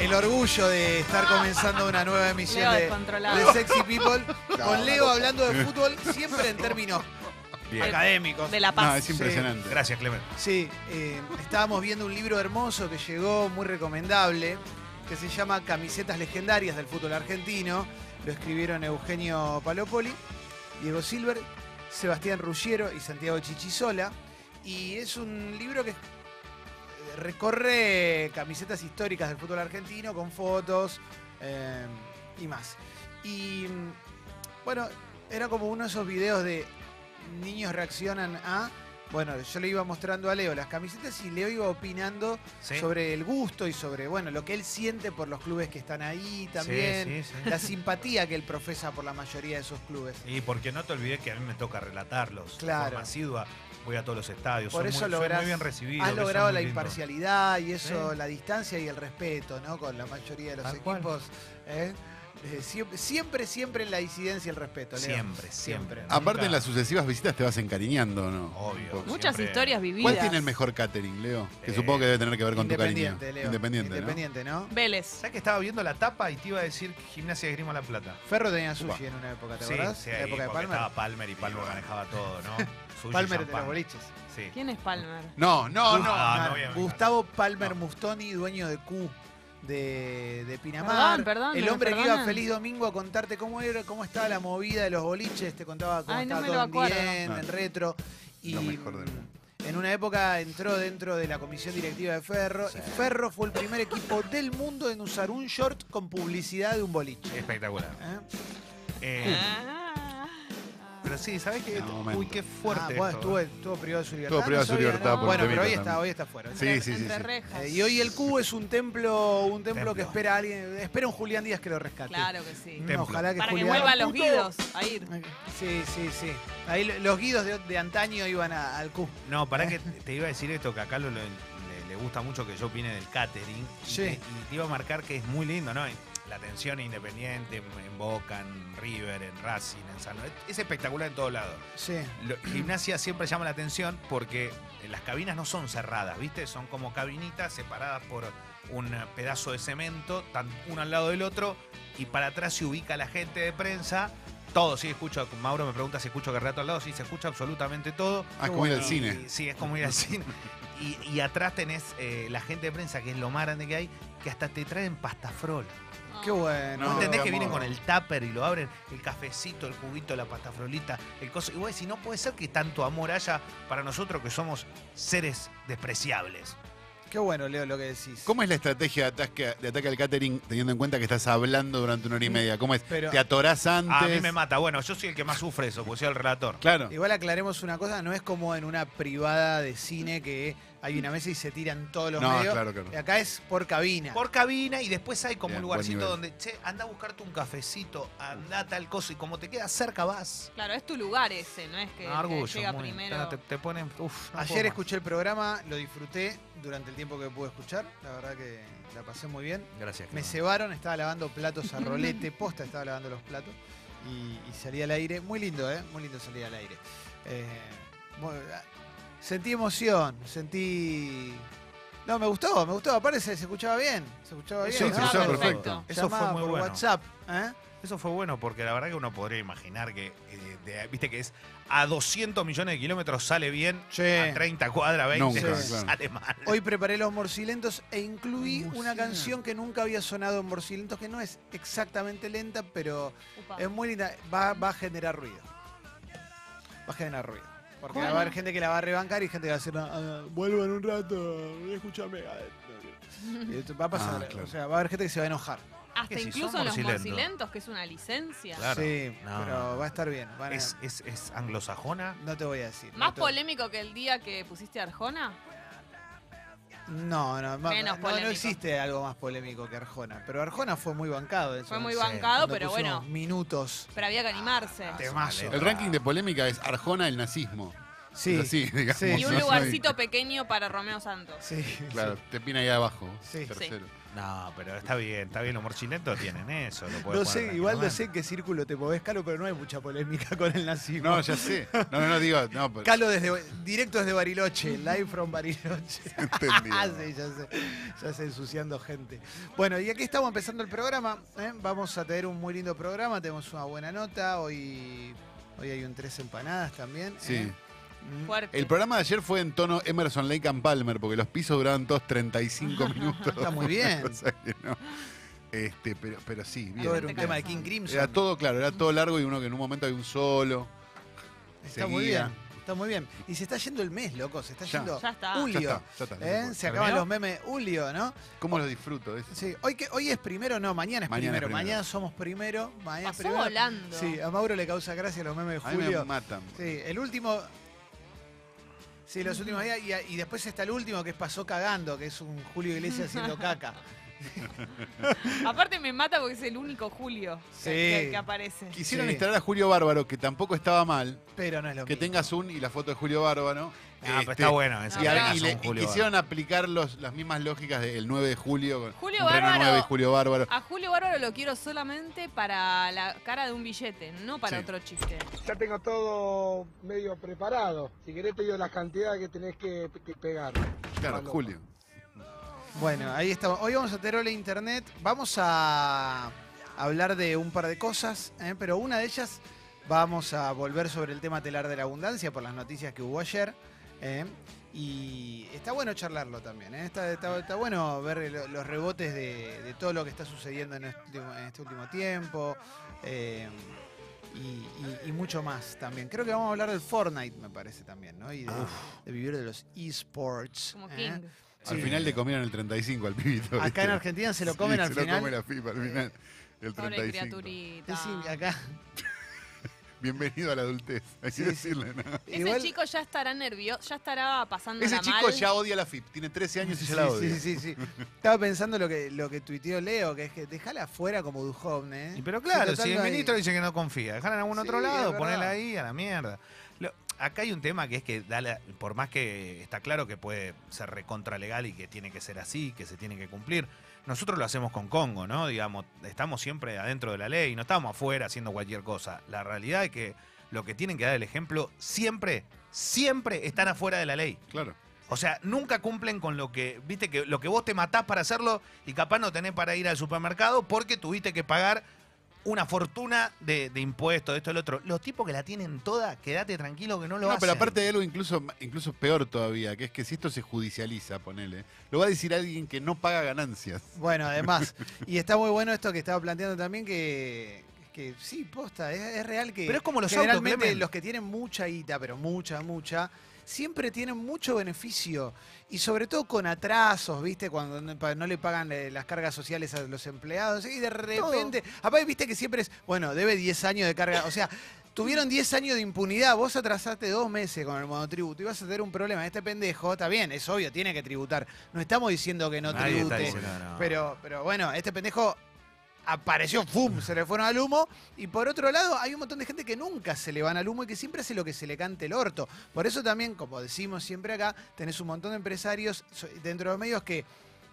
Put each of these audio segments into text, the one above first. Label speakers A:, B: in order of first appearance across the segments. A: el orgullo de estar comenzando una nueva emisión
B: Leo
A: de,
B: descontrolado.
A: de Sexy People con
C: una
A: Leo
C: cosa.
A: hablando de fútbol siempre en términos
D: Bien.
A: académicos.
B: De La Paz.
D: No, es impresionante.
C: Gracias, Clemente.
A: Sí, eh, estábamos viendo un libro hermoso que llegó, muy recomendable, que se llama Camisetas Legendarias del Fútbol Argentino. Lo escribieron Eugenio Palopoli, Diego Silver, Sebastián Ruggiero y Santiago Chichisola. Y es un libro que eh, recorre camisetas históricas del fútbol argentino con fotos eh, y más. Y mm, bueno, era como uno de esos videos de niños reaccionan a... Bueno, yo le iba mostrando a Leo las camisetas y Leo iba opinando
C: Sí.
A: sobre el gusto y sobre, bueno, lo que él siente por los clubes que están ahí también,
C: Sí, sí, sí.
A: la simpatía que él profesa por la mayoría de esos clubes.
C: Y porque no te olvides que a mí me toca relatarlos.
A: Claro.
C: De forma asidua, voy a todos los estadios.
A: Por
C: soy
A: eso
C: muy, soy
A: lográs-
C: muy bien recibido.
A: Has
C: que eso es
A: logrado
C: muy
A: la
C: lindo.
A: imparcialidad y eso,
C: Sí.
A: la distancia y el respeto, ¿no? Con la mayoría de los
C: Tal cual.
A: equipos. ¿eh? Eh, siempre, siempre, siempre en la disidencia el respeto, Leo.
C: Siempre, siempre. Ah,
D: Aparte,
C: Nunca-
D: en las sucesivas visitas te vas encariñando, ¿o ¿no?
C: Obvio.
D: Un poco.
B: Muchas
C: Siempre-
B: historias vividas.
D: ¿Cuál tiene el mejor catering, Leo? Que
C: Eh,
D: supongo que debe tener que ver con tu cariño.
A: Independiente, Leo.
D: Independiente, ¿no?
A: Independiente, ¿no?
B: Vélez.
C: ¿Sabes que estaba viendo la tapa y te iba a decir Gimnasia de Grima La Plata?
A: Ferro tenía
D: Upa.
A: sushi en una época, ¿te acordás?
C: sí,
A: en la
C: ahí,
A: época de
C: porque
A: Palmer.
C: estaba Palmer y Palmer manejaba todo, ¿no? Sushi,
A: Palmer de
C: champán.
A: los boliches.
C: Sí.
B: ¿Quién es Palmer?
D: No, no, no.
C: Ah,
A: Palmer.
C: no voy a-
A: Gustavo Palmer
C: No.
A: Mustoni, dueño de Q. De, de Pinamar,
B: Perdón, perdón, ¿me
A: el
B: lo
A: hombre que iba
B: perdonan?
A: feliz domingo a contarte cómo era, cómo estaba la movida de los boliches, te contaba cómo
B: Ay, no
A: estaba
B: me lo
A: todo en
B: acuerdo.
A: Dien,
D: Ah.
A: en retro. Y
D: Lo mejor del mundo.
A: en una época entró dentro de la comisión directiva de Ferro. Y Ferro fue el primer equipo del mundo en usar un short con publicidad de un boliche.
C: Espectacular.
A: ¿Eh?
C: Eh,
B: Ah.
C: pero sí, ¿sabes qué?
D: No, momento.
C: Uy, qué fuerte.
A: Ah, bueno, estuvo,
C: esto.
A: estuvo privado de su libertad.
D: Estuvo privado de
A: no
D: su
A: sabía,
D: libertad
B: por
A: Bueno,
D: un
A: pero hoy
D: temita
A: está,
D: también.
A: hoy está fuera.
D: Sí,
B: Entre-
D: sí, sí,
B: Entre
D: sí.
B: rejas.
A: Eh, y hoy el cubo es un templo, un templo,
C: Templo.
A: que espera a alguien, espera un Julián Díaz que lo rescate.
B: Claro que sí.
A: No, ojalá que
B: Para que
A: Julián-
B: vuelvan los guidos a ir.
A: Sí, sí, sí. Ahí lo- los guidos de, de antaño iban a- al cubo.
C: No, para que te iba a decir esto, que acá lo, lo- le, le gusta mucho que yo opine del catering. Y
A: Sí.
C: te- Y, te, iba a marcar que es muy lindo, ¿no? La atención independiente en, en Boca, en River, en Racing, en San Lorenzo. Es espectacular en todos lados.
A: Sí.
C: Lo- gimnasia siempre llama la atención porque las cabinas no son cerradas, ¿viste? Son como cabinitas separadas por un eh, pedazo de cemento, tan- uno al lado del otro, y para atrás se ubica la gente de prensa. Todo, sí, escucho, Mauro me pregunta si escucho que rato al lado, sí, se escucha absolutamente todo.
D: Ah, es como ir al
A: Y-
D: cine.
C: Y- sí, es como ir al cine. Y, y atrás tenés eh, la gente de prensa, que es lo más grande que hay, que hasta te traen pastafrol.
A: Qué bueno.
C: ¿No
D: No,
C: entendés que
D: amor.
C: vienen con el tupper y lo abren? El cafecito, el juguito, la pastafrolita, el coso. Y vos decís, no puede ser que tanto amor haya para nosotros que somos seres despreciables.
A: Qué bueno, Leo, lo que decís.
D: ¿Cómo es la estrategia de ataque, de ataque al catering teniendo en cuenta que estás hablando durante una hora y media? ¿Cómo es?
A: Mm, Pero-
D: ¿Te atorás antes?
C: A mí me mata. Bueno, yo soy el que más sufre eso, porque soy el relator.
D: Claro.
A: Igual aclaremos una cosa, no es como en una privada de cine que hay una mesa y se tiran todos los
D: No,
A: medios.
D: claro, claro.
A: Acá es por cabina.
C: Por cabina y después hay como
D: Bien,
C: un
D: buen
C: lugarcito
D: nivel.
C: donde, che, anda a buscarte un cafecito, anda tal cosa, y como te queda cerca vas.
B: Claro, es tu lugar ese, no es que,
C: No,
B: que
C: orgullo,
B: llega
C: muy.
B: primero.
C: Te, te ponen. Uf, no puedo
A: Ayer
C: más.
A: escuché el programa, lo disfruté durante el tiempo que pude escuchar. La verdad que la pasé muy bien.
C: Gracias.
A: Me
C: Clemente.
A: cebaron, estaba lavando platos a rolete, posta estaba lavando los platos y, y salí al aire. Muy lindo, ¿eh? Muy lindo salir al aire. Eh, muy- ah, sentí emoción, sentí... No, me gustó, me gustó. Aparte se, se escuchaba bien, se escuchaba bien.
C: Sí,
A: ¿no?
C: se escuchaba
A: Llamaba
D: perfecto.
C: Eso fue muy
A: por
C: bueno.
A: WhatsApp, ¿eh?
C: Eso fue bueno porque la verdad que uno podría imaginar que, eh, de- viste que es a 200 millones de kilómetros sale bien,
A: Sí.
C: a 30 cuadras, 20
D: Nunca,
C: sí.
D: claro.
C: sale mal.
A: Hoy preparé los morcilentos e incluí una
D: Morcilentos.
A: canción que nunca había sonado en morcilentos, que no es exactamente lenta, pero
B: Upa.
A: Es muy linda. Va, va a generar ruido. Va a generar ruido. Porque va a
B: Bueno.
A: haber gente que la va a rebancar y gente que va a decir, "Ah, vuelvo en un rato, escúchame. Ah, Y esto va a pasar.
D: Ah, claro.
A: O sea, va a haber gente que se va a enojar.
B: Hasta
C: que si
B: incluso
C: son
B: los
C: morcilentos.
B: morcilentos, que es una licencia.
C: Claro.
A: Sí,
C: No.
A: pero va a estar bien. van a-
C: Es, es- es anglosajona.
A: No te voy a decir. no
B: Más
A: te-
B: polémico que el día que pusiste Arjona.
A: No, no, ma-
B: Menos
A: no, no
B: polémico.
A: existe algo más polémico que Arjona. Pero Arjona fue muy bancado. en su
B: Fue muy
A: momento.
C: Sí.
B: bancado,
A: Cuando Ah,
B: pero
A: puso
B: bueno.
A: unos Minutos.
C: Ah,
B: Pero había que animarse.
C: Temazo.
D: El ranking de polémica es Arjona, el nazismo.
A: Sí,
D: Es así, digamos.
A: Sí,
B: Y
D: no
B: un
D: soy-
B: lugarcito pequeño para Romeo Santos.
A: sí,
D: Claro, te pina ahí abajo.
A: Sí.
D: Tercero.
C: No, pero está bien, está bien. Los morchinetos tienen eso. Lo
A: sí.
C: pueden
A: No
C: poner
A: sé, igual no sé
C: tranquilamente.
A: en qué círculo te podés, Calo, pero no hay mucha polémica con el nazismo.
D: No, ya sé. No, no, no, digo, no, pero
A: Calo desde, directo desde Bariloche, live from Bariloche.
D: entendí.
A: Ah, sí, ya sé, ya sé, ensuciando gente. Bueno, y aquí estamos empezando el programa. ¿eh? Vamos a tener un muy lindo programa, tenemos una buena nota. Hoy, hoy hay un tres empanadas también. ¿eh?
D: Sí.
A: Mm.
B: Fuerte.
D: El programa de ayer fue en tono Emerson Lake and Palmer, porque los pisos duraban todos 35 minutos.
A: Está muy bien.
D: O sea que no. Este, pero, pero sí, bien.
A: Todo era un
B: Te
A: tema de
B: cansado.
A: King Crimson.
D: Era todo, claro, era todo largo y uno que en un momento hay un solo.
A: Está muy
D: seguía.
A: bien. Está muy bien. Y se está yendo el mes, loco. Se está
D: Ya.
A: yendo
B: Ya está.
A: Julio.
D: Ya está, ya está, no
A: ¿eh?
D: se puede.
A: Se acaban
C: ¿Terminó?
A: los memes Julio, ¿no?
D: ¿Cómo lo disfruto? de eso?
A: Sí. Hoy, que, hoy es primero, no, mañana es
D: Mañana es
A: primero.
D: primero.
A: Mañana somos primero. Mañana es
B: Pasó
A: primero.
B: volando.
A: Sí, a Mauro le causa gracia los memes de
D: A mí me
A: Julio.
D: matan.
A: Sí, el último. Sí, los últimos días. Y, a- y después está el último que es pasó cagando, que es un Julio Iglesias haciendo caca.
B: Aparte me mata porque es el único Julio que,
A: Sí.
B: que- que aparece.
D: Quisieron
A: Sí.
D: instalar a Julio Bárbaro, que tampoco estaba mal,
A: Pero no es lo
D: que
A: mismo.
D: tenga Zoom y la foto de Julio Bárbaro.
C: Ah, pero
D: Este,
C: está bueno. Eso,
D: Y,
B: Ah,
D: a-
B: claro.
D: y le- y quisieron aplicar los, las mismas lógicas del 9 de julio con
B: Julio
D: un Renault
B: Bárbaro.
D: 9 y Julio Bárbaro.
B: A Julio Bárbaro lo quiero solamente para la cara de un billete, no para
D: Sí.
B: otro chiste.
E: Ya tengo todo medio preparado. Si querés te digo las cantidades que tenés que, que pegar.
D: Claro,
E: Palo.
D: Julio.
A: Bueno, ahí estamos. Hoy vamos a tener la internet. Vamos a hablar de un par de cosas, ¿eh? pero una de ellas vamos a volver sobre el tema telar de la abundancia por las noticias que hubo ayer. ¿eh? Y está bueno charlarlo también. ¿eh? Está, está- está bueno ver lo- los rebotes de, de todo lo que está sucediendo en este, último- en este último tiempo. eh, y, y- y mucho más también. Creo que vamos a hablar del Fortnite, me parece también, ¿no? Y de, de vivir de los esports.
B: Como
A: ¿eh?
B: King.
D: Al
A: Sí.
D: final le comieron el 35 al pibito.
A: Acá
D: ¿viste?
A: en Argentina se lo
D: Sí,
A: comen al
D: Se lo
A: final.
D: come la pipa al final. El
B: Pobre
D: 35.
B: criaturita.
A: Sí, sí, acá.
D: Bienvenido a la adultez. Hay
A: Sí,
D: que
A: sí.
D: decirle, ¿no?
B: Ese
A: Igual-
B: chico ya estará nervioso, ya estará pasando
D: Ese chico
B: mal.
D: ya odia la FIP. Tiene 13 años y ya
A: Sí,
D: la odia.
A: sí, sí, sí. Estaba pensando lo que, lo que tuiteó Leo, que es que dejala afuera como Duhovne. ¿eh?
C: Y Pero claro,
A: total
C: si el
A: no hay-
C: ministro dice que no confía, dejar en algún
A: Sí,
C: otro
A: es
C: lado,
A: verdad.
C: ponerla ahí a la mierda. Lo- acá hay un tema que es que, da la- por más que está claro que puede ser recontra legal y que tiene que ser así, que se tiene que cumplir, nosotros lo hacemos con Congo, ¿no? Digamos, estamos siempre adentro de la ley, no estamos afuera haciendo cualquier cosa. La realidad es que lo que tienen que dar el ejemplo siempre, siempre están afuera de la ley.
D: Claro.
C: O sea, nunca cumplen con lo que, viste, que lo que vos te matás para hacerlo y capaz no tenés para ir al supermercado porque tuviste que pagar una fortuna de, de impuestos, de esto, el otro. Los tipos que la tienen toda, quédate tranquilo que no lo
D: No,
C: hacen.
D: pero aparte hay algo incluso, incluso peor todavía, que es que si esto se judicializa, ponele, lo va a decir alguien que no paga ganancias.
A: Bueno, además. Y está muy bueno esto que estaba planteando también, que, que sí, posta, es, es real que.
C: Pero es como los autos,
A: generalmente
C: Clemen.
A: los que tienen mucha guita, pero mucha, mucha, siempre tienen mucho beneficio. Y sobre todo con atrasos, ¿viste? Cuando no, pa- no le pagan eh, las cargas sociales a los empleados. Y de repente. Aparte, viste que siempre es. Bueno, debe 10 años de carga. O sea. Tuvieron 10 años de impunidad, vos atrasaste dos meses con el monotributo y vas a tener un problema. Este pendejo, está bien, es obvio, tiene que tributar. No estamos diciendo que no
C: Nadie está
A: tribute.
C: diciendo, no.
A: Pero, pero bueno, este pendejo apareció, ¡fum! Se le fueron al humo. Y por otro lado, hay un montón de gente que nunca se le van al humo y que siempre hace lo que se le cante el orto. Por eso también, como decimos siempre acá, tenés un montón de empresarios so- dentro de los medios que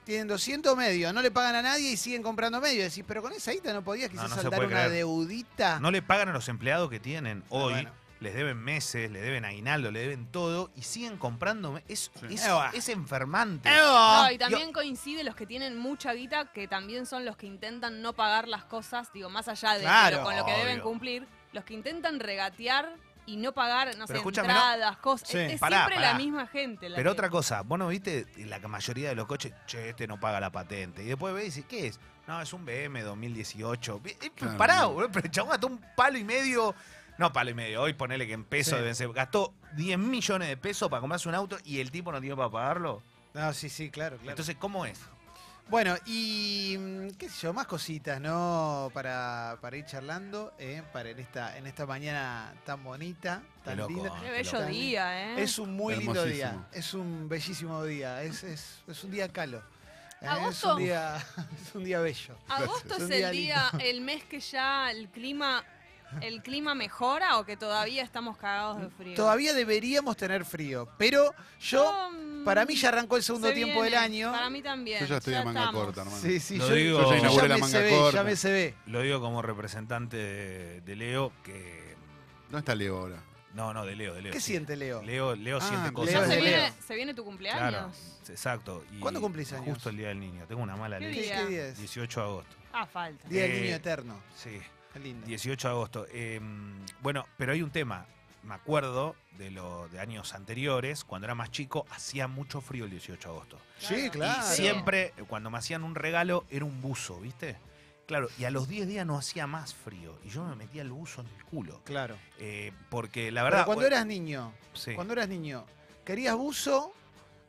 A: tienen 200 medios, no le pagan a nadie y siguen comprando medios. Y Decís, pero con esa guita no podías quizás
C: no se
A: saldar
C: puede
A: una
C: creer.
D: ah.
A: deudita.
C: No le pagan a los empleados que tienen hoy.
A: bueno.
C: Les deben meses, le deben aguinaldo, le deben todo y siguen comprando. Es,
D: Sí.
C: es,
A: Eva.
C: es enfermante.
B: No, y
C: Yo-
B: también coincide los que tienen mucha guita, que también son los que intentan no pagar las cosas, digo, más allá de
A: Claro,
B: lo- con lo que deben
C: obvio.
B: cumplir, los que intentan regatear y no pagar, no sé,
C: escúchame,
B: entradas, cosas.
A: Sí.
B: Es, es
C: Pará,
B: siempre
C: pará.
B: la misma gente. la
C: Pero
B: que-
C: otra cosa, vos no viste la mayoría de los coches, che, este no paga la patente. Y después ves y dices, ¿qué es? No, es un BM 2018. Eh, eh,
D: Claro.
C: Pará, boludo, pero el chabón gastó un palo y medio. No, palo y medio. Hoy ponele que en pesos
A: Sí.
C: deben ser. Gastó 10 millones de pesos para comprarse un auto y el tipo no tiene para pagarlo.
A: No, sí, sí, claro, claro.
C: Entonces, ¿cómo es?
A: Bueno, y mm, qué sé yo, más cositas, ¿no? Para, para ir charlando, ¿eh? para en esta, en esta mañana tan bonita,
C: Qué
A: tan
C: loco,
A: linda.
C: ¿eh?
B: Qué bello
A: También.
B: día, ¿eh?
A: Es un muy lindo día,
D: Hermosísimo.
A: es un bellísimo día, es, es, es un día calo. ¿eh? Es
B: Agosto.
A: un día, es un día bello.
B: Agosto
A: Es
B: es
A: un
B: el
A: día
B: día, el mes que ya el clima el clima mejora o que todavía estamos cagados de frío?
A: Todavía deberíamos tener frío, pero yo,
B: Mm,
A: para mí ya arrancó el segundo
B: se
A: tiempo del
B: viene,
A: año.
B: Para mí también.
D: Yo ya estoy a manga
B: estamos.
D: corta, hermano.
A: Sí, sí,
C: Lo
A: yo,
C: digo-
A: yo
C: Yo
A: ya,
D: inauguré la
A: me
D: manga
A: se ve,
D: corta.
A: ya me se ve.
C: Lo digo como representante de, de Leo, que.
D: ¿Dónde está Leo ahora?
C: No, no, de Leo, de Leo.
A: ¿Qué
C: sí.
A: siente Leo?
C: Leo, Leo
A: Ah,
C: siente
A: Leo
B: Ya
A: es
C: cosas.
B: se
A: de
B: viene,
A: Leo.
B: se viene tu cumpleaños.
C: Claro, exacto. y
A: ¿Cuándo cumplís años?
C: Justo el día del niño. Tengo una mala
B: ¿Qué
A: ¿Qué,
C: leche.
B: día?
A: qué día es?
C: 18 de agosto.
B: Ah, falta.
A: Día del
C: Eh,
A: niño eterno.
C: Sí,
A: Qué lindo.
C: 18 de agosto. Eh, bueno, pero hay un tema. Me acuerdo de lo de años anteriores, cuando era más chico, hacía mucho frío el 18 de agosto.
A: Sí,
B: Claro.
A: claro.
C: Y siempre, eh, cuando me hacían un regalo, era un buzo, ¿viste? Claro, y a los 10 días no hacía más frío. Y yo me metía el buzo en el culo.
A: Claro.
C: Eh, porque la
A: Pero
C: verdad.
A: cuando
C: bueno,
A: eras niño,
C: sí.
A: cuando eras niño, ¿querías buzo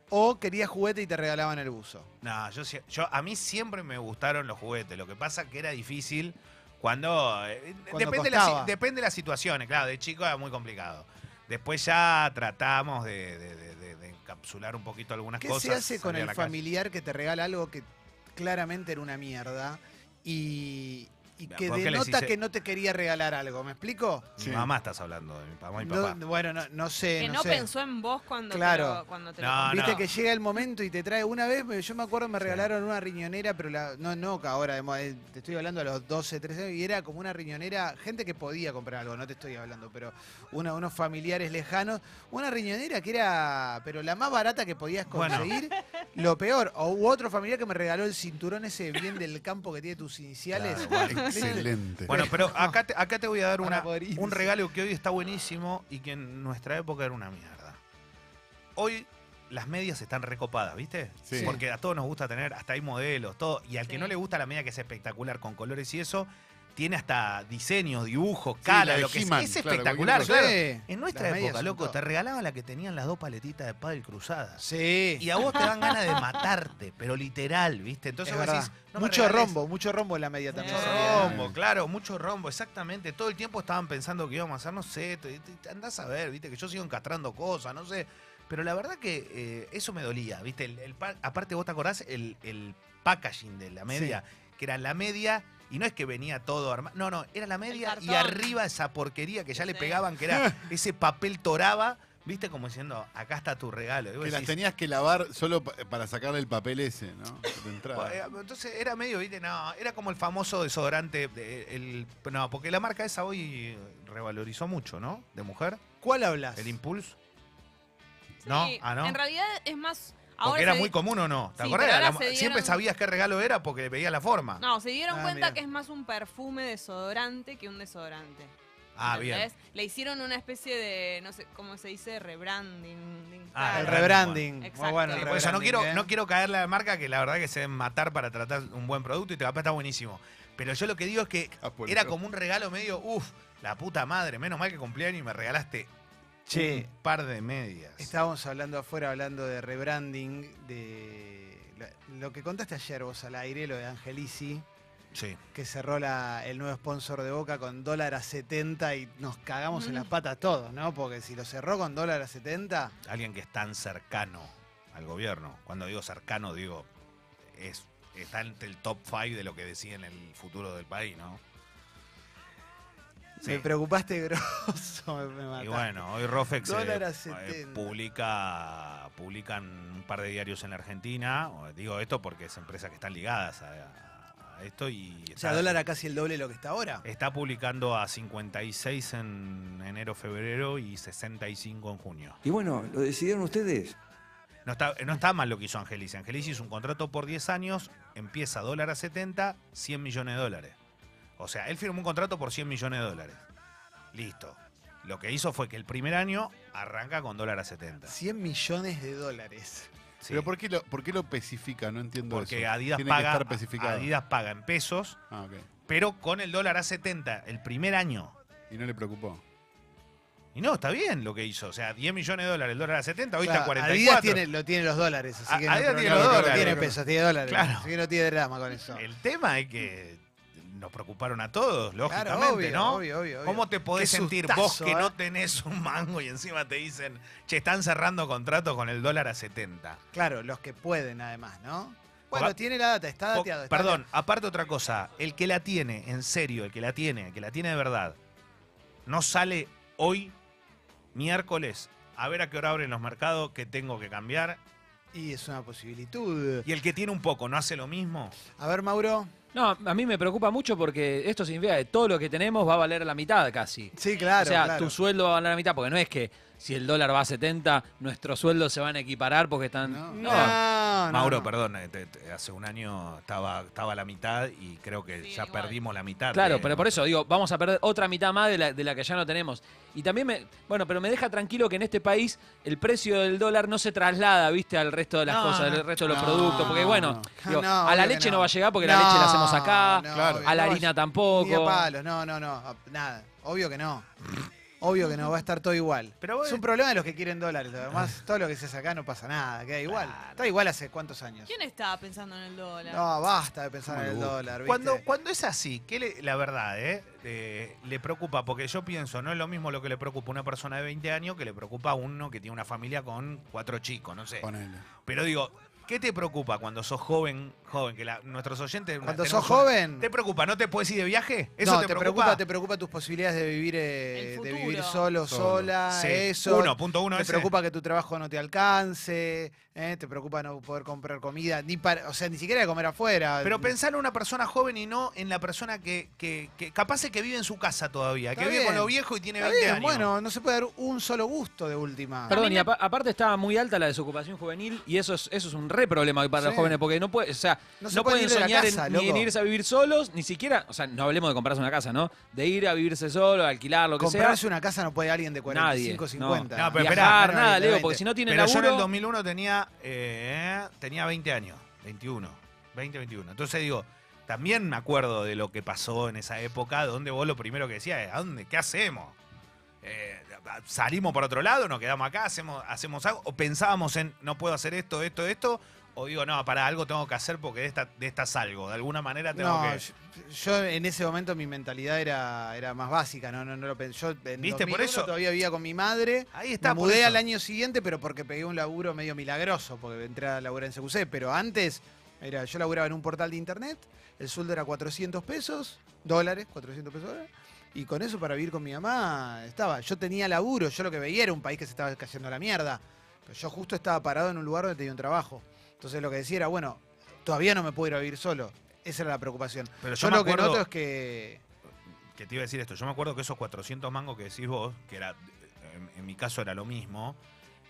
A: o querías juguete y te regalaban el buzo?
C: No, yo, sie- yo- a mí siempre me gustaron los juguetes. Lo que pasa que era difícil cuando. eh,
A: Cuando
C: depende, de la,
A: costaba.
C: si- depende de las situaciones, claro. De chico era muy complicado. Después ya tratamos de, de- de- de- de encapsular un poquito algunas
A: ¿Qué
C: cosas.
A: se hace con
C: salir a
A: el
C: la calle.
A: familiar que te regala algo que claramente era una mierda y, y
C: Mira,
A: que
C: ¿por qué les
A: denota
C: hice-
A: que no te quería regalar algo? ¿Me explico?
C: Mi
D: Sí.
C: mamá estás hablando, de mi mamá y mi
A: No-
C: papá.
A: bueno, no, no sé.
B: Que
A: no,
B: no,
A: sé.
B: pensó en vos cuando
A: Claro.
B: te lo, cuando te
C: No,
B: lo
A: Viste
C: no.
A: que llega el momento y te trae una vez, me- yo me acuerdo me
C: Sí.
A: regalaron una riñonera, pero la, no, no que ahora, de moda, eh, te estoy hablando a los 12, 13 años, y era como una riñonera, gente que podía comprar algo, no te estoy hablando, pero una, unos familiares lejanos, una riñonera que era, pero la más barata que podías
C: Bueno.
A: conseguir, lo peor, o hubo otro familiar que me regaló el cinturón ese bien del campo que tiene tus iniciales.
C: Claro, bueno.
D: Excelente.
C: Bueno, pero acá te, acá te voy a dar
A: Para
C: una-
A: poder irse.
C: un regalo que hoy está buenísimo y que en nuestra época era una mierda. Hoy las medias están recopadas, ¿viste?
D: Sí.
C: Porque a todos nos gusta tener, hasta hay modelos, todo. Y al que
B: Sí.
C: no le gusta la media que es espectacular con colores y eso, tiene hasta diseños, dibujos,
D: Sí,
C: cara,
D: la de
C: lo que sea.
D: He-Man,
C: Es
D: claro,
C: espectacular,
D: cualquier
C: claro.
A: Sí.
C: En
A: Las
C: nuestra
A: medias
C: época,
A: son
C: loco,
A: todo.
C: te regalaban la que tenían las dos paletitas de pádel cruzadas.
A: Sí.
C: Y a vos te dan ganas de matarte, pero literal, ¿viste? Entonces
A: es
C: vos
A: verdad.
C: decís, no me
A: mucho
C: regales
A: rombo, mucho rombo en la media también.
C: mucho
A: salía, ¿eh?
C: rombo, claro, mucho rombo, exactamente. Todo el tiempo estaban pensando que íbamos a hacer, no sé, te- te- andás a ver, viste, que yo sigo encastrando cosas, no sé. Pero la verdad que eh, eso me dolía, viste. El, el pa- aparte, vos te acordás el, el packaging de la media, que era la media, y no es que venía todo armado, no, no, era la media y
B: cartón.
C: arriba esa porquería que ya le
B: Sí.
C: pegaban, que era ese papel toraba, viste, como diciendo, acá está tu regalo. Y vos
D: Que las
C: decís,
D: tenías que lavar solo pa- para sacarle el papel ese, ¿no? De
C: Bueno,
D: entrada.
C: era- Pues, eh, Entonces era medio, ¿viste? No, era como el famoso desodorante. de- el, no, porque la marca esa hoy revalorizó mucho, ¿no? De mujer.
A: ¿Cuál hablas?
C: El Impulse.
B: Sí,
C: No, ah, no.
B: En realidad es más.
C: Porque
B: Ahora
C: era
B: se
C: muy
B: di-
C: común o no. ¿Te
B: Sí,
C: acordás?
B: pero
C: Era
B: ahora
C: la-
B: se dieron-
C: Siempre sabías qué regalo era porque le veías la forma.
B: No, se dieron
A: Ah,
B: cuenta
A: mirá.
B: que es más un perfume desodorante que un desodorante.
C: ah, bien.
B: ¿entendés? Le hicieron una especie de, no sé cómo se dice, rebranding.
C: Ah,
A: El
C: re-
A: rebranding.
B: Exacto.
A: Muy bueno, el
B: Sí,
C: Por eso Pues, no
A: rebranding,
C: quiero,
A: ¿eh?
C: no quiero caerle a la marca que la verdad que se deben matar para tratar un buen producto y te capaz está buenísimo. Pero yo lo que digo es que
D: Ah, por
C: era
D: eso.
C: como un regalo medio, uff, la puta madre, menos mal que cumpleaños y me regalaste
A: Che,
C: un par de medias.
A: estábamos hablando afuera, hablando de rebranding, de la- lo que contaste ayer vos al aire, lo de Angelici,
C: Sí.
A: que cerró la- el nuevo sponsor de Boca con dólar a 70 y nos cagamos en las patas todos, ¿no? Porque si lo cerró con dólar a 70,
C: alguien que es tan cercano al gobierno. Cuando digo cercano, digo, es, está entre el top 5 de lo que deciden el futuro del país, ¿no? Sí.
A: me preocupaste grosso, me, me
C: Y
A: mataste.
C: bueno, hoy Rofex eh,
A: Dólar a
C: eh,
A: 70.
C: publica, publican un par de diarios en la Argentina. O, Digo esto porque es empresas que están ligadas a, a esto y...
A: o sea, dólar a casi el doble de lo que está ahora.
C: Está publicando a 56 en enero, febrero y 65 en junio.
F: Y bueno, lo decidieron ustedes.
C: No está, no está mal lo que hizo Angelici. Angelici hizo un contrato por 10 años, empieza dólar a 70, 100 millones de dólares. O sea, él firmó un contrato por 100 millones de dólares. Listo. Lo que hizo fue que el primer año arranca con dólar a 70.
A: 100 millones de dólares.
C: Sí.
D: Pero ¿por qué lo, por qué lo especifica? No entiendo
C: Porque
D: eso.
C: Adidas
D: Tiene
C: paga,
D: que estar especificado.
C: Adidas paga en pesos,
D: Ah, ok.
C: pero con el dólar a 70 el primer año.
D: Y no le preocupó.
C: Y no, está bien lo que hizo. O sea, 10 millones de dólares el dólar a 70, hoy
A: Claro,
C: está 44.
A: Adidas tiene, lo tiene los dólares, así
C: A-
A: que no,
C: Ah, Adidas
A: no-
C: tiene
A: no-
C: los
A: no
C: dólares.
A: tiene pesos, tiene dólares.
C: Claro. Eh,
A: Así que no tiene drama con eso.
C: El tema es que nos preocuparon a todos, lógicamente,
A: Claro, obvio,
C: ¿no?
A: obvio, obvio, obvio.
C: ¿Cómo te podés
A: Qué
C: sentir
A: sustazo,
C: vos que
A: ¿eh?
C: no tenés un mango y encima te dicen, che, están cerrando contratos con el dólar a 70?
A: Claro, los que pueden además, ¿no?
C: Por-
A: Bueno, tiene la data, Ah, está
C: Po-
A: dateado. está
C: Perdón, aparte otra cosa, el que la tiene, en serio, el que la tiene, el que la tiene de verdad, no sale hoy, miércoles, a ver a qué hora abren los mercados, que tengo que cambiar.
A: Y es una posibilidad.
C: Y el que tiene un poco no hace lo mismo.
A: A ver, Mauro.
G: No, a mí me preocupa mucho porque esto significa que todo lo que tenemos va a valer la mitad casi.
A: Sí, claro.
G: o sea,
A: claro.
G: tu sueldo va a valer la mitad, porque no es que si el dólar va a 70, nuestros sueldos se van a equiparar porque están...
D: No.
A: No,
G: No.
A: no,
C: Mauro,
A: no.
C: perdón, eh, te- te- hace un año estaba, estaba a la mitad y creo que
B: Sí,
C: ya
B: igual.
C: perdimos la mitad.
G: Claro,
C: de-
G: pero por eso digo, vamos a perder otra mitad más de la, de la que ya no tenemos. Y también me, bueno, pero me deja tranquilo que en este país el precio del dólar no se traslada, viste, al resto de las
C: No,
G: cosas,
C: no,
G: al resto de los
A: no.
G: productos, porque bueno,
A: Ah,
G: digo,
A: no,
G: a la
A: obvio que
G: leche no.
A: no.
G: va a llegar porque
A: No,
G: la leche la hacemos acá,
A: no,
D: claro.
A: obvio,
G: a la
A: no,
G: harina
A: es-
G: tampoco.
A: Ni a palos, no, no, no, a- nada. Obvio que no. Obvio que no, va a estar todo igual.
C: Pero vos- Ah.
A: es un problema de los que quieren dólares. Además, todo lo que se hace acá no pasa nada, queda igual. Está igual hace cuántos años.
B: ¿Quién estaba pensando en el dólar?
A: No, basta de pensar
D: ¿Cómo
A: en
D: le
A: el
D: gusta?
A: dólar. ¿viste?
C: Cuando, cuando es así, que la verdad, eh, Eh, le preocupa, porque yo pienso, no es lo mismo lo que le preocupa a una persona de 20 años que le preocupa a uno que tiene una familia con cuatro chicos, no
A: Eh,
C: sé.
D: Ponele.
C: Pero digo, ¿qué te preocupa cuando sos joven, joven? Que la- nuestros oyentes...
A: Cuando
C: tenemos
A: sos
C: una-
A: joven.
C: ¿Te preocupa? ¿No te puedes ir de viaje? ¿Eso
A: no,
C: te, preocupa?
A: preocupa? te preocupa tus posibilidades de vivir eh,
B: El
A: de
B: futuro.
A: vivir solo,
D: Solo.
A: sola,
C: Sí.
A: eso.
C: Uno, punto uno
A: te
C: ese.
A: preocupa que tu trabajo no te alcance, eh, te preocupa no poder comprar comida, ni para, o sea, ni siquiera de comer afuera.
C: Pero pensar en una persona joven y no en la persona que, que, que capaz es que vive en su casa todavía,
A: Está
C: que vive con
A: bien.
C: lo viejo y tiene
A: Está
C: 20
A: bien,
C: años.
A: bueno, no se puede dar un solo gusto de última.
G: Perdón,
B: mí
G: y
B: me-
G: apa- aparte estaba muy alta la desocupación juvenil y eso es, eso es un re problema hoy para los
A: Sí.
G: jóvenes porque no puede, o sea,
A: No
G: no,
A: se pueden
G: pueden
A: ir de la
G: soñar en-
A: casa,
G: ni en
A: loco.
G: irse a vivir solos, ni siquiera, o sea, no hablemos de comprarse una casa, ¿no? De ir a vivirse solo, alquilar, lo que sea.
A: Comprarse una casa no puede alguien de 45,
G: Nadie,
A: 50.
C: no. No, pero
A: Viajar,
G: viajar,
A: no,
G: nada, Leo,
A: evidentemente.
G: porque si no tiene
C: Pero yo en el
G: laburo...
C: 2001 tenía, eh, tenía 20 años, 21, 20, 21. Entonces digo, también me acuerdo de lo que pasó en esa época, donde vos lo primero que decías es, ¿a dónde? ¿Qué hacemos? Eh, ¿Salimos para otro lado? ¿Nos quedamos acá? ¿Hacemos, hacemos algo? ¿O pensábamos en, no puedo hacer esto, esto, esto? ¿O digo, no, para algo tengo que hacer porque de esta, de esta salgo? De alguna manera tengo
A: No,
C: que...
A: yo, yo en ese momento mi mentalidad era, era más básica, no, no, no lo pensé. Yo en
C: ¿Viste? Por
A: 2001
C: eso-
A: todavía vivía con mi madre.
C: Ahí
A: Me
C: está. por
A: mudé
C: eso.
A: al año siguiente, pero porque pegué un laburo medio milagroso, porque entré a laburar en CQC. Pero antes, era, yo laburaba en un portal de internet, el sueldo era 400 pesos, dólares, 400 pesos dólares, y con eso para vivir con mi mamá estaba. Yo tenía laburo, yo lo que veía era un país que se estaba cayendo a la mierda. Pero yo justo estaba parado en un lugar donde tenía un trabajo. Entonces lo que decía era, bueno, todavía no me puedo ir a vivir solo. Esa era la preocupación.
C: Pero yo
A: Yo
C: me
A: lo que
C: acuerdo-
A: noto es que...
C: que te iba a decir esto. Yo me acuerdo que esos 400 mangos que decís vos, que era en, en mi caso era lo mismo,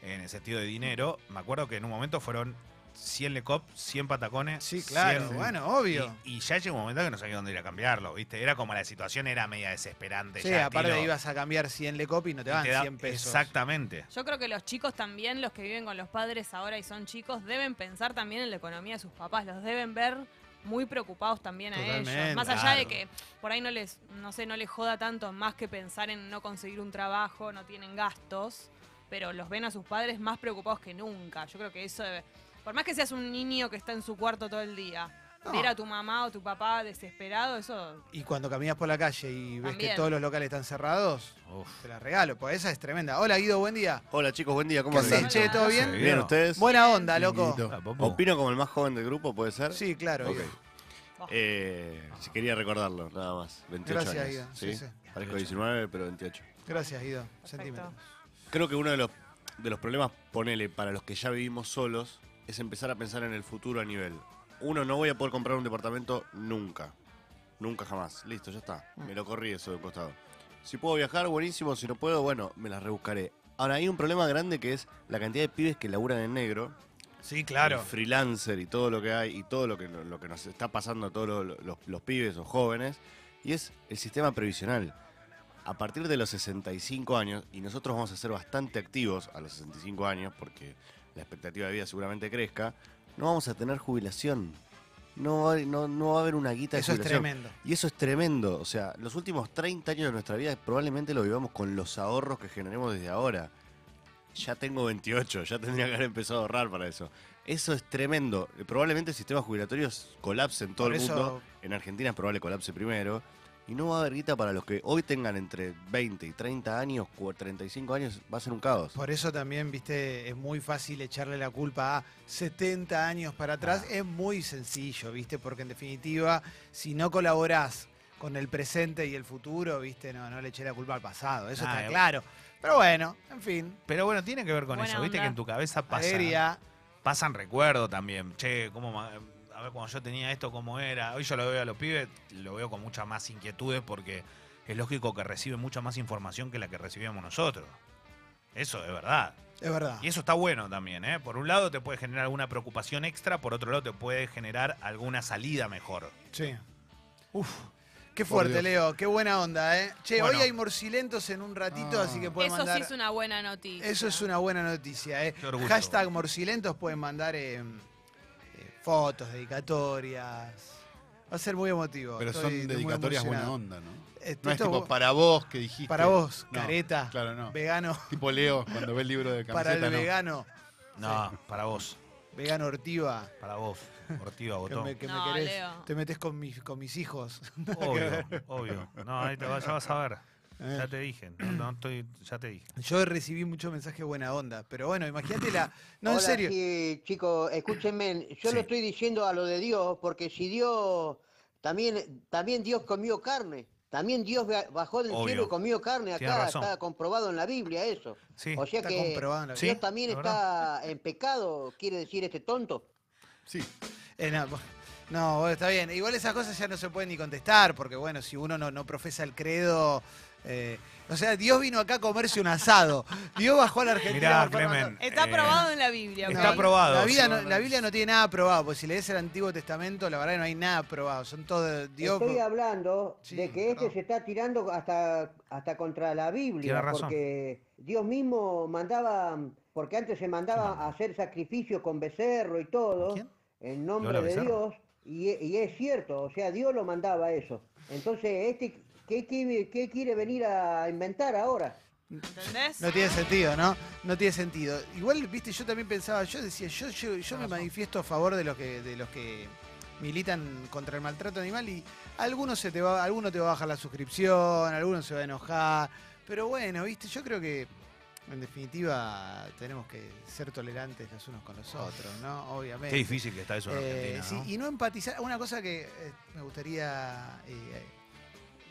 C: en el sentido de dinero, me acuerdo que en un momento fueron 100 Lecop, 100 patacones.
A: Sí, claro,
C: 100.
A: bueno, obvio.
C: Y, y ya llegó un momento que no sabía dónde ir a cambiarlo, ¿viste? Era como la situación era media desesperante.
A: Sí,
C: ya,
A: aparte
C: tiro,
A: ibas a cambiar 100 le y no te
C: y
A: van
C: te da-
A: 100 pesos.
C: Exactamente.
B: Yo creo que los chicos también, los que viven con los padres ahora y son chicos, deben pensar también en la economía de sus papás. Los deben ver muy preocupados también a
A: Totalmente,
B: ellos. Más allá de
C: claro.
B: que por ahí no les, no sé, no les joda tanto más que pensar en no conseguir un trabajo, no tienen gastos, pero los ven a sus padres más preocupados que nunca. Yo creo que eso debe- Por más que seas un niño que está en su cuarto todo el día,
A: No.
B: ver a tu mamá o tu papá desesperado, eso
A: Y cuando caminas por la calle y ves que
B: También.
A: todos los locales están cerrados,
C: Uf.
A: te la regalo, pues esa es tremenda. Hola Guido, buen día.
H: Hola chicos, buen día,
A: ¿Qué
H: ¿cómo
A: haces,
H: andan?
A: che? ¿Todo bien?
C: Sí.
H: ¿Bien ustedes?
A: Buena onda, loco.
C: Ah,
D: Guidito.
H: Opino como el más joven del grupo, ¿puede ser?
A: Sí, claro.
H: Ok.
A: Guido.
H: Eh, si quería recordarlo, nada más. 28
A: Gracias,
H: años.
A: Guido. Sí,
H: ¿sí?
A: sí.
H: Parezco 19, pero 28.
A: Gracias, Guido.
B: Perfecto.
A: Centímetros.
H: Creo que uno de los, de los problemas, ponele, para los que ya vivimos solos, es empezar a pensar en el futuro a nivel. Uno, no voy a poder comprar un departamento nunca. Nunca jamás. Listo, ya está.
A: Mm.
H: Me lo corrí eso de un costado. Si puedo viajar, buenísimo. Si no puedo, bueno, me las rebuscaré. Ahora, hay un problema grande que es la cantidad de pibes que laburan en negro
C: Sí,
H: el
C: claro.
H: freelancer y todo lo que hay y todo lo que, lo que nos está pasando a todos los, los- los pibes o jóvenes, y es el sistema previsional. A partir de los 65 años, y nosotros vamos a ser bastante activos a los 65 años, porque la expectativa de vida seguramente crezca, no vamos a tener jubilación. No va, no, no va a haber una guita de
A: Eso es
H: jubilación.
A: tremendo.
H: Y eso es tremendo. O sea, los últimos 30 años de nuestra vida probablemente lo vivamos con los ahorros que generemos desde ahora. Ya tengo 28, ya tendría que haber empezado a ahorrar para eso. Eso es tremendo. Probablemente el sistema jubilatorio s- colapse en todo
A: Por
H: el
A: eso-
H: mundo. En Argentina es probable que colapse primero. Y no va a haber guita para los que hoy tengan entre 20 y 30 años, cu- 35 años, va a ser un caos.
A: Por eso también, viste, es muy fácil echarle la culpa a 70 años para atrás. Es muy sencillo, viste, porque en definitiva, si no colaborás con el presente y el futuro, ¿viste? No, no le eché la culpa al pasado, eso
C: Ah,
A: está
C: eh.
A: claro. Pero bueno, en fin.
C: Pero bueno, tiene que ver con
B: Buena
C: eso, viste
B: onda.
C: que en tu cabeza pasa.
A: Alegría.
C: pasan recuerdos también. Che, cómo ma- a ver, cuando yo tenía esto, cómo era. Hoy yo lo veo a los pibes, lo veo con muchas más inquietudes porque es lógico que reciben mucha más información que la que recibíamos nosotros. Eso es verdad.
A: Es verdad.
C: Y eso está bueno también, ¿eh? Por un lado te puede generar alguna preocupación extra, por otro lado te puede generar alguna salida mejor.
A: Sí. Uf. Qué
D: Por
A: fuerte,
D: Dios.
A: Leo. Qué buena onda, ¿eh? Che,
C: Bueno.
A: hoy hay morcilentos en un ratito,
D: Ah.
A: así que pueden
B: Eso
A: mandar.
B: sí es una buena noticia.
A: Eso es una buena noticia, ¿eh?
C: Qué orgullo.
A: Hashtag morcilentos pueden mandar eh, eh, fotos, dedicatorias. Va a ser muy emotivo.
D: Pero
A: Estoy-
D: son
A: estoy muy
D: dedicatorias buena
A: emocionado.
D: onda, ¿no?
A: Este,
D: No es
A: esto
D: tipo
A: vos-
D: para vos que dijiste.
A: para vos,
D: No,
A: careta,
D: Claro, no.
A: vegano,
D: Tipo Leo cuando ve el libro de
A: para
D: camiseta,
A: el
D: no.
A: vegano,
C: No, para vos,
A: vegano Ortiva.
C: para vos, Ortiva
A: Que
C: Botón.
A: me, que me
B: No,
A: querés,
B: Leo.
A: te metes con mis, con mis hijos.
C: Obvio, obvio. No, ahí te vas, ya vas a ver. Ya te dije, no, no estoy, ya te dije.
A: Yo recibí mucho mensaje buena onda, pero bueno, imagínate la. No, en
I: Hola,
A: serio.
I: sí, chicos, escúchenme, yo
C: Sí.
I: lo estoy diciendo a lo de Dios, porque si Dios, también, también Dios comió carne, también Dios ba- bajó del
C: Obvio.
I: cielo y comió carne
C: Tiene
I: acá,
C: razón.
I: está comprobado en la Biblia eso.
C: Sí.
I: o sea
A: está
I: que
A: comprobado en la
I: Dios
C: Biblia. Sí,
I: también
C: la
I: está en pecado, quiere decir este tonto.
D: Sí,
A: Eh, no, bo- no, bueno, está bien. Igual esas cosas ya no se pueden ni contestar, porque bueno, si uno no, no profesa el credo. eh, o sea, Dios vino acá a comerse un asado. Dios bajó a la Argentina.
C: Mirá,
A: a morfar un asado.
C: Clemen.
B: Está
C: eh,
B: aprobado en la Biblia.
C: Está
B: ok.
A: No,
C: aprobado.
A: La, Biblia no,
C: sí.
A: la Biblia no tiene nada aprobado, porque si lees el Antiguo Testamento, la verdad que no hay nada aprobado. Son todos Dios.
I: Estoy hablando
A: Sí,
I: de que
A: perdón.
I: este se está tirando hasta, hasta contra la
C: Tiene
I: Biblia,
C: razón.
I: porque Dios mismo mandaba, porque antes se mandaba a hacer sacrificios con becerro y todo,
C: ¿Quién?
I: en nombre
C: ¿Lola
I: de
C: Becerra?
I: Dios, y, e- y es cierto, o sea, Dios lo mandaba eso. Entonces, este, ¿qué, quiere- qué quiere venir a inventar ahora?
B: ¿Entendés?
A: No tiene sentido, ¿no? No tiene sentido. Igual, viste, yo también pensaba, yo decía, yo, yo, yo me manifiesto a favor de los que, de los que militan contra el maltrato animal y alguno se te va, alguno te va a bajar la suscripción, alguno se va a enojar. Pero bueno, viste, yo creo que en definitiva tenemos que ser tolerantes los unos con los otros, ¿no? Obviamente.
C: Qué difícil que está eso en
A: Eh,
C: Argentina.
A: sí,
C: ¿no?
A: Y no empatizar. Una cosa que eh, me gustaría eh, eh,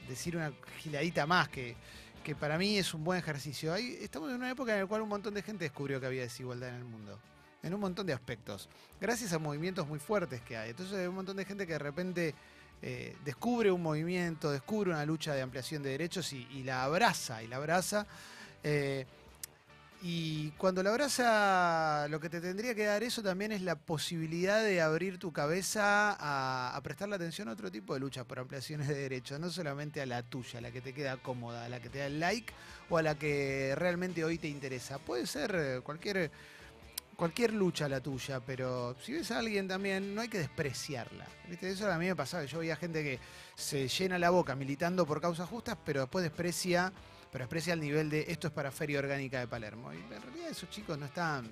A: decir una giladita más, que, que para mí es un buen ejercicio. Hay- estamos en una época en la cual un montón de gente descubrió que había desigualdad en el mundo. En un montón de aspectos. Gracias a movimientos muy fuertes que hay. Entonces hay un montón de gente que de repente eh, descubre un movimiento, descubre una lucha de ampliación de derechos y, y la abraza, y la abraza. eh, y cuando la abraza, lo que te tendría que dar eso también es la posibilidad de abrir tu cabeza a, a prestarle atención a otro tipo de luchas por ampliaciones de derechos, no solamente a la tuya, a la que te queda cómoda, a la que te da el like o a la que realmente hoy te interesa. Puede ser eh, cualquier, cualquier lucha la tuya, pero si ves a alguien también, no hay que despreciarla. ¿viste? Eso a mí me pasaba, que yo veía gente que se llena la boca militando por causas justas, pero después desprecia pero desprecia al nivel de esto es para Feria Orgánica de Palermo. Y en realidad esos chicos no están,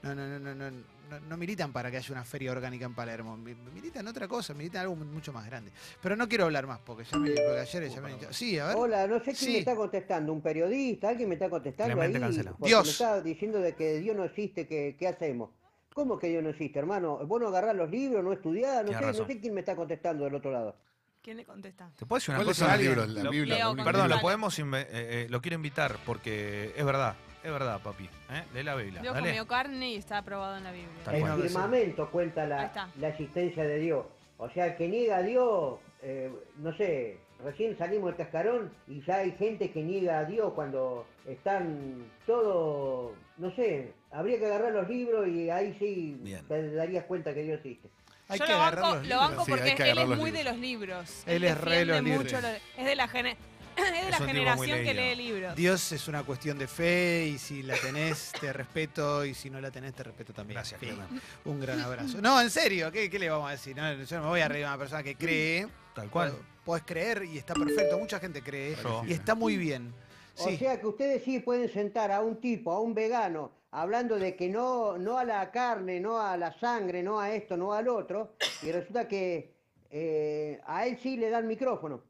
A: no, no, no, no, no, no- no militan para que haya una feria orgánica en Palermo, Mi- militan otra cosa, militan algo mu- mucho más grande. Pero no quiero hablar más porque ya me porque ayer ya me Sí, a ver.
I: Hola, no sé quién
A: Sí.
I: me está contestando, un periodista, alguien me está contestando
C: Clemente
I: ahí,
C: Cancela.
I: porque
A: Dios.
I: me está diciendo de que Dios no existe, que ¿qué hacemos? ¿Cómo que Dios no existe, hermano? Vos no agarrás los libros, no estudiás, no
C: Tiene
I: sé, no
C: razón.
I: sé quién me está contestando del otro lado.
B: ¿Quién le contesta?
C: ¿Te puedo decir una
D: ¿Cuáles
C: cosa?
D: son los
C: Alguien-
D: libros? La
C: lo-
D: Biblia.
B: Leo,
D: la
B: con-
D: única
C: Perdón,
D: Biblia.
C: lo podemos inve- eh, eh, lo quiero invitar porque es verdad, es verdad, papi. ¿eh? Lee la Biblia.
B: Dios
C: dale.
B: comió carne y está aprobado en la Biblia.
C: Tal
I: El
C: cual.
I: firmamento cuenta
B: Ahí
I: la,
B: está.
I: la existencia de Dios. O sea, el que niega a Dios, eh, no sé, recién salimos del cascarón y ya hay gente que niega a Dios cuando están todo, no sé, habría que agarrar los libros y ahí sí
C: Bien.
I: te darías cuenta que Dios existe.
A: Hay
B: Yo
A: que
B: lo
A: agarrar
B: banco,
A: los
B: lo
A: libros.
B: banco
D: Sí,
B: porque
D: hay que
B: él es
D: agarrar los
B: muy de
D: libros.
B: los libros.
A: Él es re de los
B: defiende
A: libros.
B: mucho los- es de la, gene- es de la
C: Es un tipo muy
B: generación que
C: leído.
B: lee libros.
A: Dios es una cuestión de fe y si la tenés te respeto y si no la tenés te respeto también.
C: Gracias,
A: Fin.
C: Clemen.
A: Un gran abrazo. No, en serio, ¿qué, qué le vamos a decir? No, yo no me voy a reír a una persona que cree.
C: Tal cual.
A: Podés creer y está perfecto. Mucha gente cree
C: Yo.
A: y está muy bien.
I: O
A: Sí.
I: sea que ustedes sí pueden sentar a un tipo, a un vegano, hablando de que no, no a la carne, no a la sangre, no a esto, no al otro, y resulta que eh, a él sí le dan micrófono.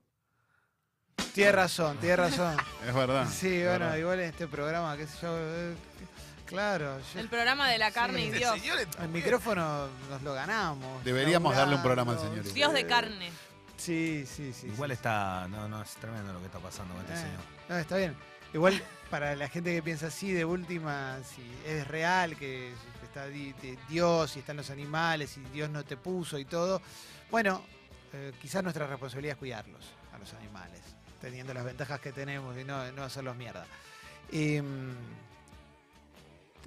A: Tienes razón, tienes razón.
D: Es verdad.
A: Sí,
D: es
A: bueno,
D: verdad.
A: igual en este programa, qué sé yo. eh, claro, yo-
B: El programa de la carne y Dios.
A: el micrófono nos lo ganamos.
D: Deberíamos darle un
A: laburando.
D: programa al señor.
B: Dios de carne.
A: Sí, sí, sí.
C: Igual
A: sí,
C: está. No, no, es tremendo lo que está pasando con este
A: Eh,
C: señor.
A: No, está bien. Igual, para la gente que piensa así, de última, si es real, que está di- de Dios y están los animales y Dios no te puso y todo, bueno, eh, quizás nuestra responsabilidad es cuidarlos, a los animales, teniendo las ventajas que tenemos y no, no hacerlos mierda. Em,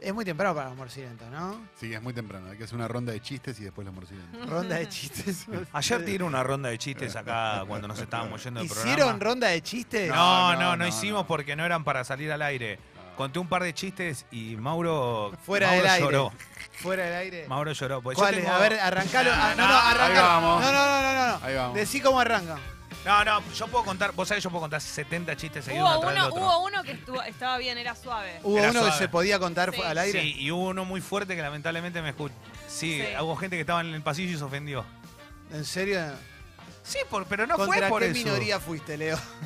A: es muy temprano para los morcilentos, ¿no?
D: Sí, es muy temprano. Hay que hacer una ronda de chistes y después los morcillentos.
A: Ronda de chistes.
C: Ayer tiré una ronda de chistes acá cuando nos estábamos yendo del programa.
A: ¿Hicieron ronda de chistes?
C: No, no, no,
D: No, no,
C: hicimos
D: no.
C: porque no eran para salir al aire. Conté un par de chistes y Mauro.
A: Fuera
C: Mauro
A: del aire.
C: lloró.
A: Fuera del aire.
C: Mauro lloró. porque yo
A: ¿Cuál es?
C: tengo-
A: A ver, arrancalo. Ah, no, no,
C: Ahí
A: arrancalo.
D: vamos.
A: No, no, no, no, no.
D: Ahí vamos.
A: Decí cómo arranca.
C: No, no, yo puedo contar. Vos sabés, yo puedo contar 70 chistes seguidos uno
B: Hubo
C: atrás del
B: uno,
C: otro.
B: hubo uno que estuvo- estaba bien, era suave.
A: Hubo
C: Era
A: uno que
C: suave.
A: se podía contar fu-
B: Sí.
A: al aire.
C: Sí, y hubo uno muy fuerte que lamentablemente me escuchó. Sí,
B: Sí.
C: hubo gente que estaba en el pasillo y se ofendió.
A: ¿En serio?
C: Sí, por- pero no fue
A: ¿Contra
C: por
A: qué
C: eso.
A: minoría fuiste, Leo?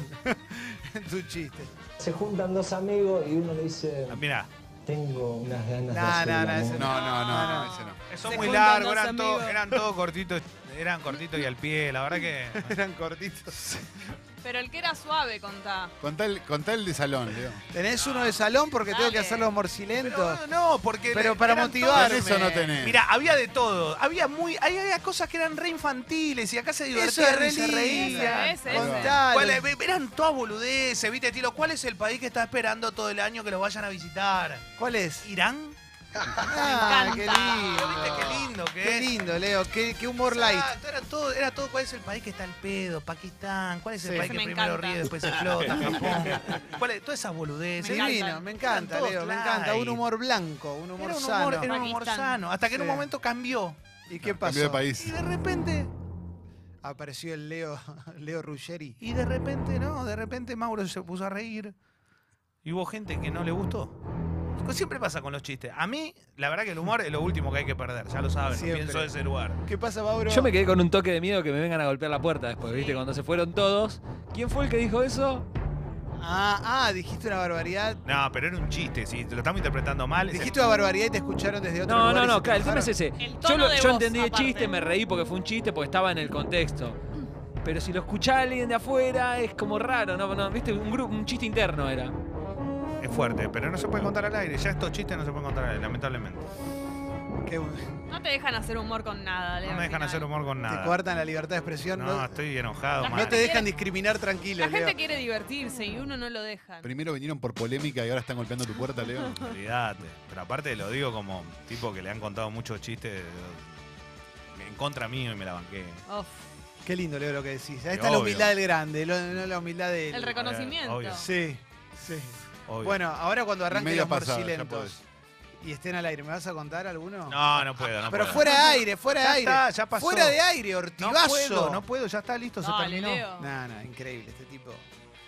A: En tu chiste.
J: Se juntan dos amigos y uno le dice,
C: Ah, Mirá,
J: tengo unas ganas
A: Nah,
J: de hacer
A: nah,
J: el
A: nah,
J: amor".
A: ese
D: No, no, no,
B: No.
D: ese no.
C: son
B: Se
C: muy
B: juntan
C: largos,
B: dos
C: eran todos
B: amigos.
C: eran todos cortitos, eran cortitos y al pie, la verdad que.
A: Eran cortitos.
B: Pero el que era suave, contá.
D: Contá el, contá el de salón, Leo.
A: Tenés uno de salón porque tengo que
B: Dale.
A: hacerlo
C: Pero
A: morcilento.
C: no, porque.
A: Pero para
C: eran
A: motivar.
D: Con eso no tenés.
C: Mira, había de todo. Había muy, hay- había cosas que eran re infantiles y acá se divertían
A: es re
C: y se
A: lindo.
C: reían.
B: Ese, ese.
A: Contalo.
C: ¿eh? ¿Cuál es- eran todas boludeces, viste, estilo, ¿cuál es el país que está esperando todo el año que lo vayan a visitar?
A: ¿Cuál es?
C: ¿Irán?
A: Ah,
B: Me
A: qué
B: encanta.
C: Pero viste
A: lindo.
C: qué lindo que
A: Ah, Qué
C: es.
A: lindo, Leo. Qué, qué humor light.
C: Exacto, era todo, era todo cuál es el país que está al pedo, Pakistán, cuál es el
A: Sí.
C: país que
B: Me
C: primero
B: encanta.
C: ríe, después se flota, Japón, cuál es, todas esas boludeces.
B: Me encanta.
A: Divino, me encanta,
C: Eran todos
A: Leo. Me encanta. Un
C: light.
A: humor blanco, un humor
C: Era un
A: sano.
C: humor, era un humor
B: Pakistán.
C: sano, hasta que en un
A: Sí.
C: momento cambió.
A: ¿Y qué pasó?
D: Cambio de país.
C: Y de repente,
A: Apareció el Leo, Leo Ruggeri.
C: y de repente, no, de repente Mauro se puso a reír y hubo gente que no le gustó. Siempre pasa con los chistes. A mí, la verdad que el humor es lo último que hay que perder, ya lo saben,
A: Siempre.
C: pienso de ese lugar.
A: ¿Qué pasa, Mauro?
G: Yo me quedé con un toque de miedo que me vengan a golpear la puerta después, ¿viste? Cuando se fueron todos. ¿Quién fue el que dijo eso?
A: Ah, ah, dijiste una barbaridad.
C: No, pero era un chiste, si lo estamos interpretando mal. es el-
A: Dijiste una barbaridad y te escucharon desde otro
G: No,
A: lugar
G: no,
A: y
G: no,
A: se
G: claro, el tema es
A: enojaron.
G: ese.
B: El
G: Yo,
B: tono
G: lo-
B: de
G: yo
B: voz,
G: entendí el
B: aparte.
G: chiste, me reí porque fue un chiste, porque estaba en el contexto. Pero si lo escuchaba alguien de afuera, es como raro, ¿no? no ¿Viste? Un, grupo, un chiste interno era.
C: Es fuerte, pero no se puede contar al aire. Ya estos chistes no se pueden contar al aire, lamentablemente.
A: Qué bu-
B: No te dejan hacer humor con nada, Leo.
C: No me
B: al
C: dejan
B: final.
C: hacer humor con
A: Te
C: nada.
A: coartan la libertad de expresión. No,
C: No, estoy enojado,
B: La
A: no
C: mal.
A: te dejan discriminar tranquilo,
B: La
A: Leo.
B: gente quiere divertirse y uno no lo deja.
D: Primero vinieron por polémica y ahora están golpeando tu puerta, Leo.
C: Olvídate. Pero aparte lo digo como tipo que le han contado muchos chistes eh, en contra mío y me la banqué.
B: Uf,
A: Qué lindo, Leo, lo que decís. Ahí
C: Y
A: está la
C: obvio.
A: humildad del grande, lo- no la humildad del...
B: el reconocimiento.
C: obvio.
A: Sí, sí.
C: Obvio.
A: Bueno, ahora cuando arranquen
D: Media
A: los
D: pasada, ya
A: morcilentos y estén al aire, ¿me vas a contar alguno?
C: No, no puedo, no
A: Pero
C: puedo.
A: fuera de aire, fuera de
C: Ya
A: aire.
C: está, ya pasó.
A: Fuera de aire,
C: No
A: ortivazo.
C: puedo, no puedo, ya está listo, se
B: Dale,
C: terminó.
B: Leo.
A: No, no, increíble este tipo.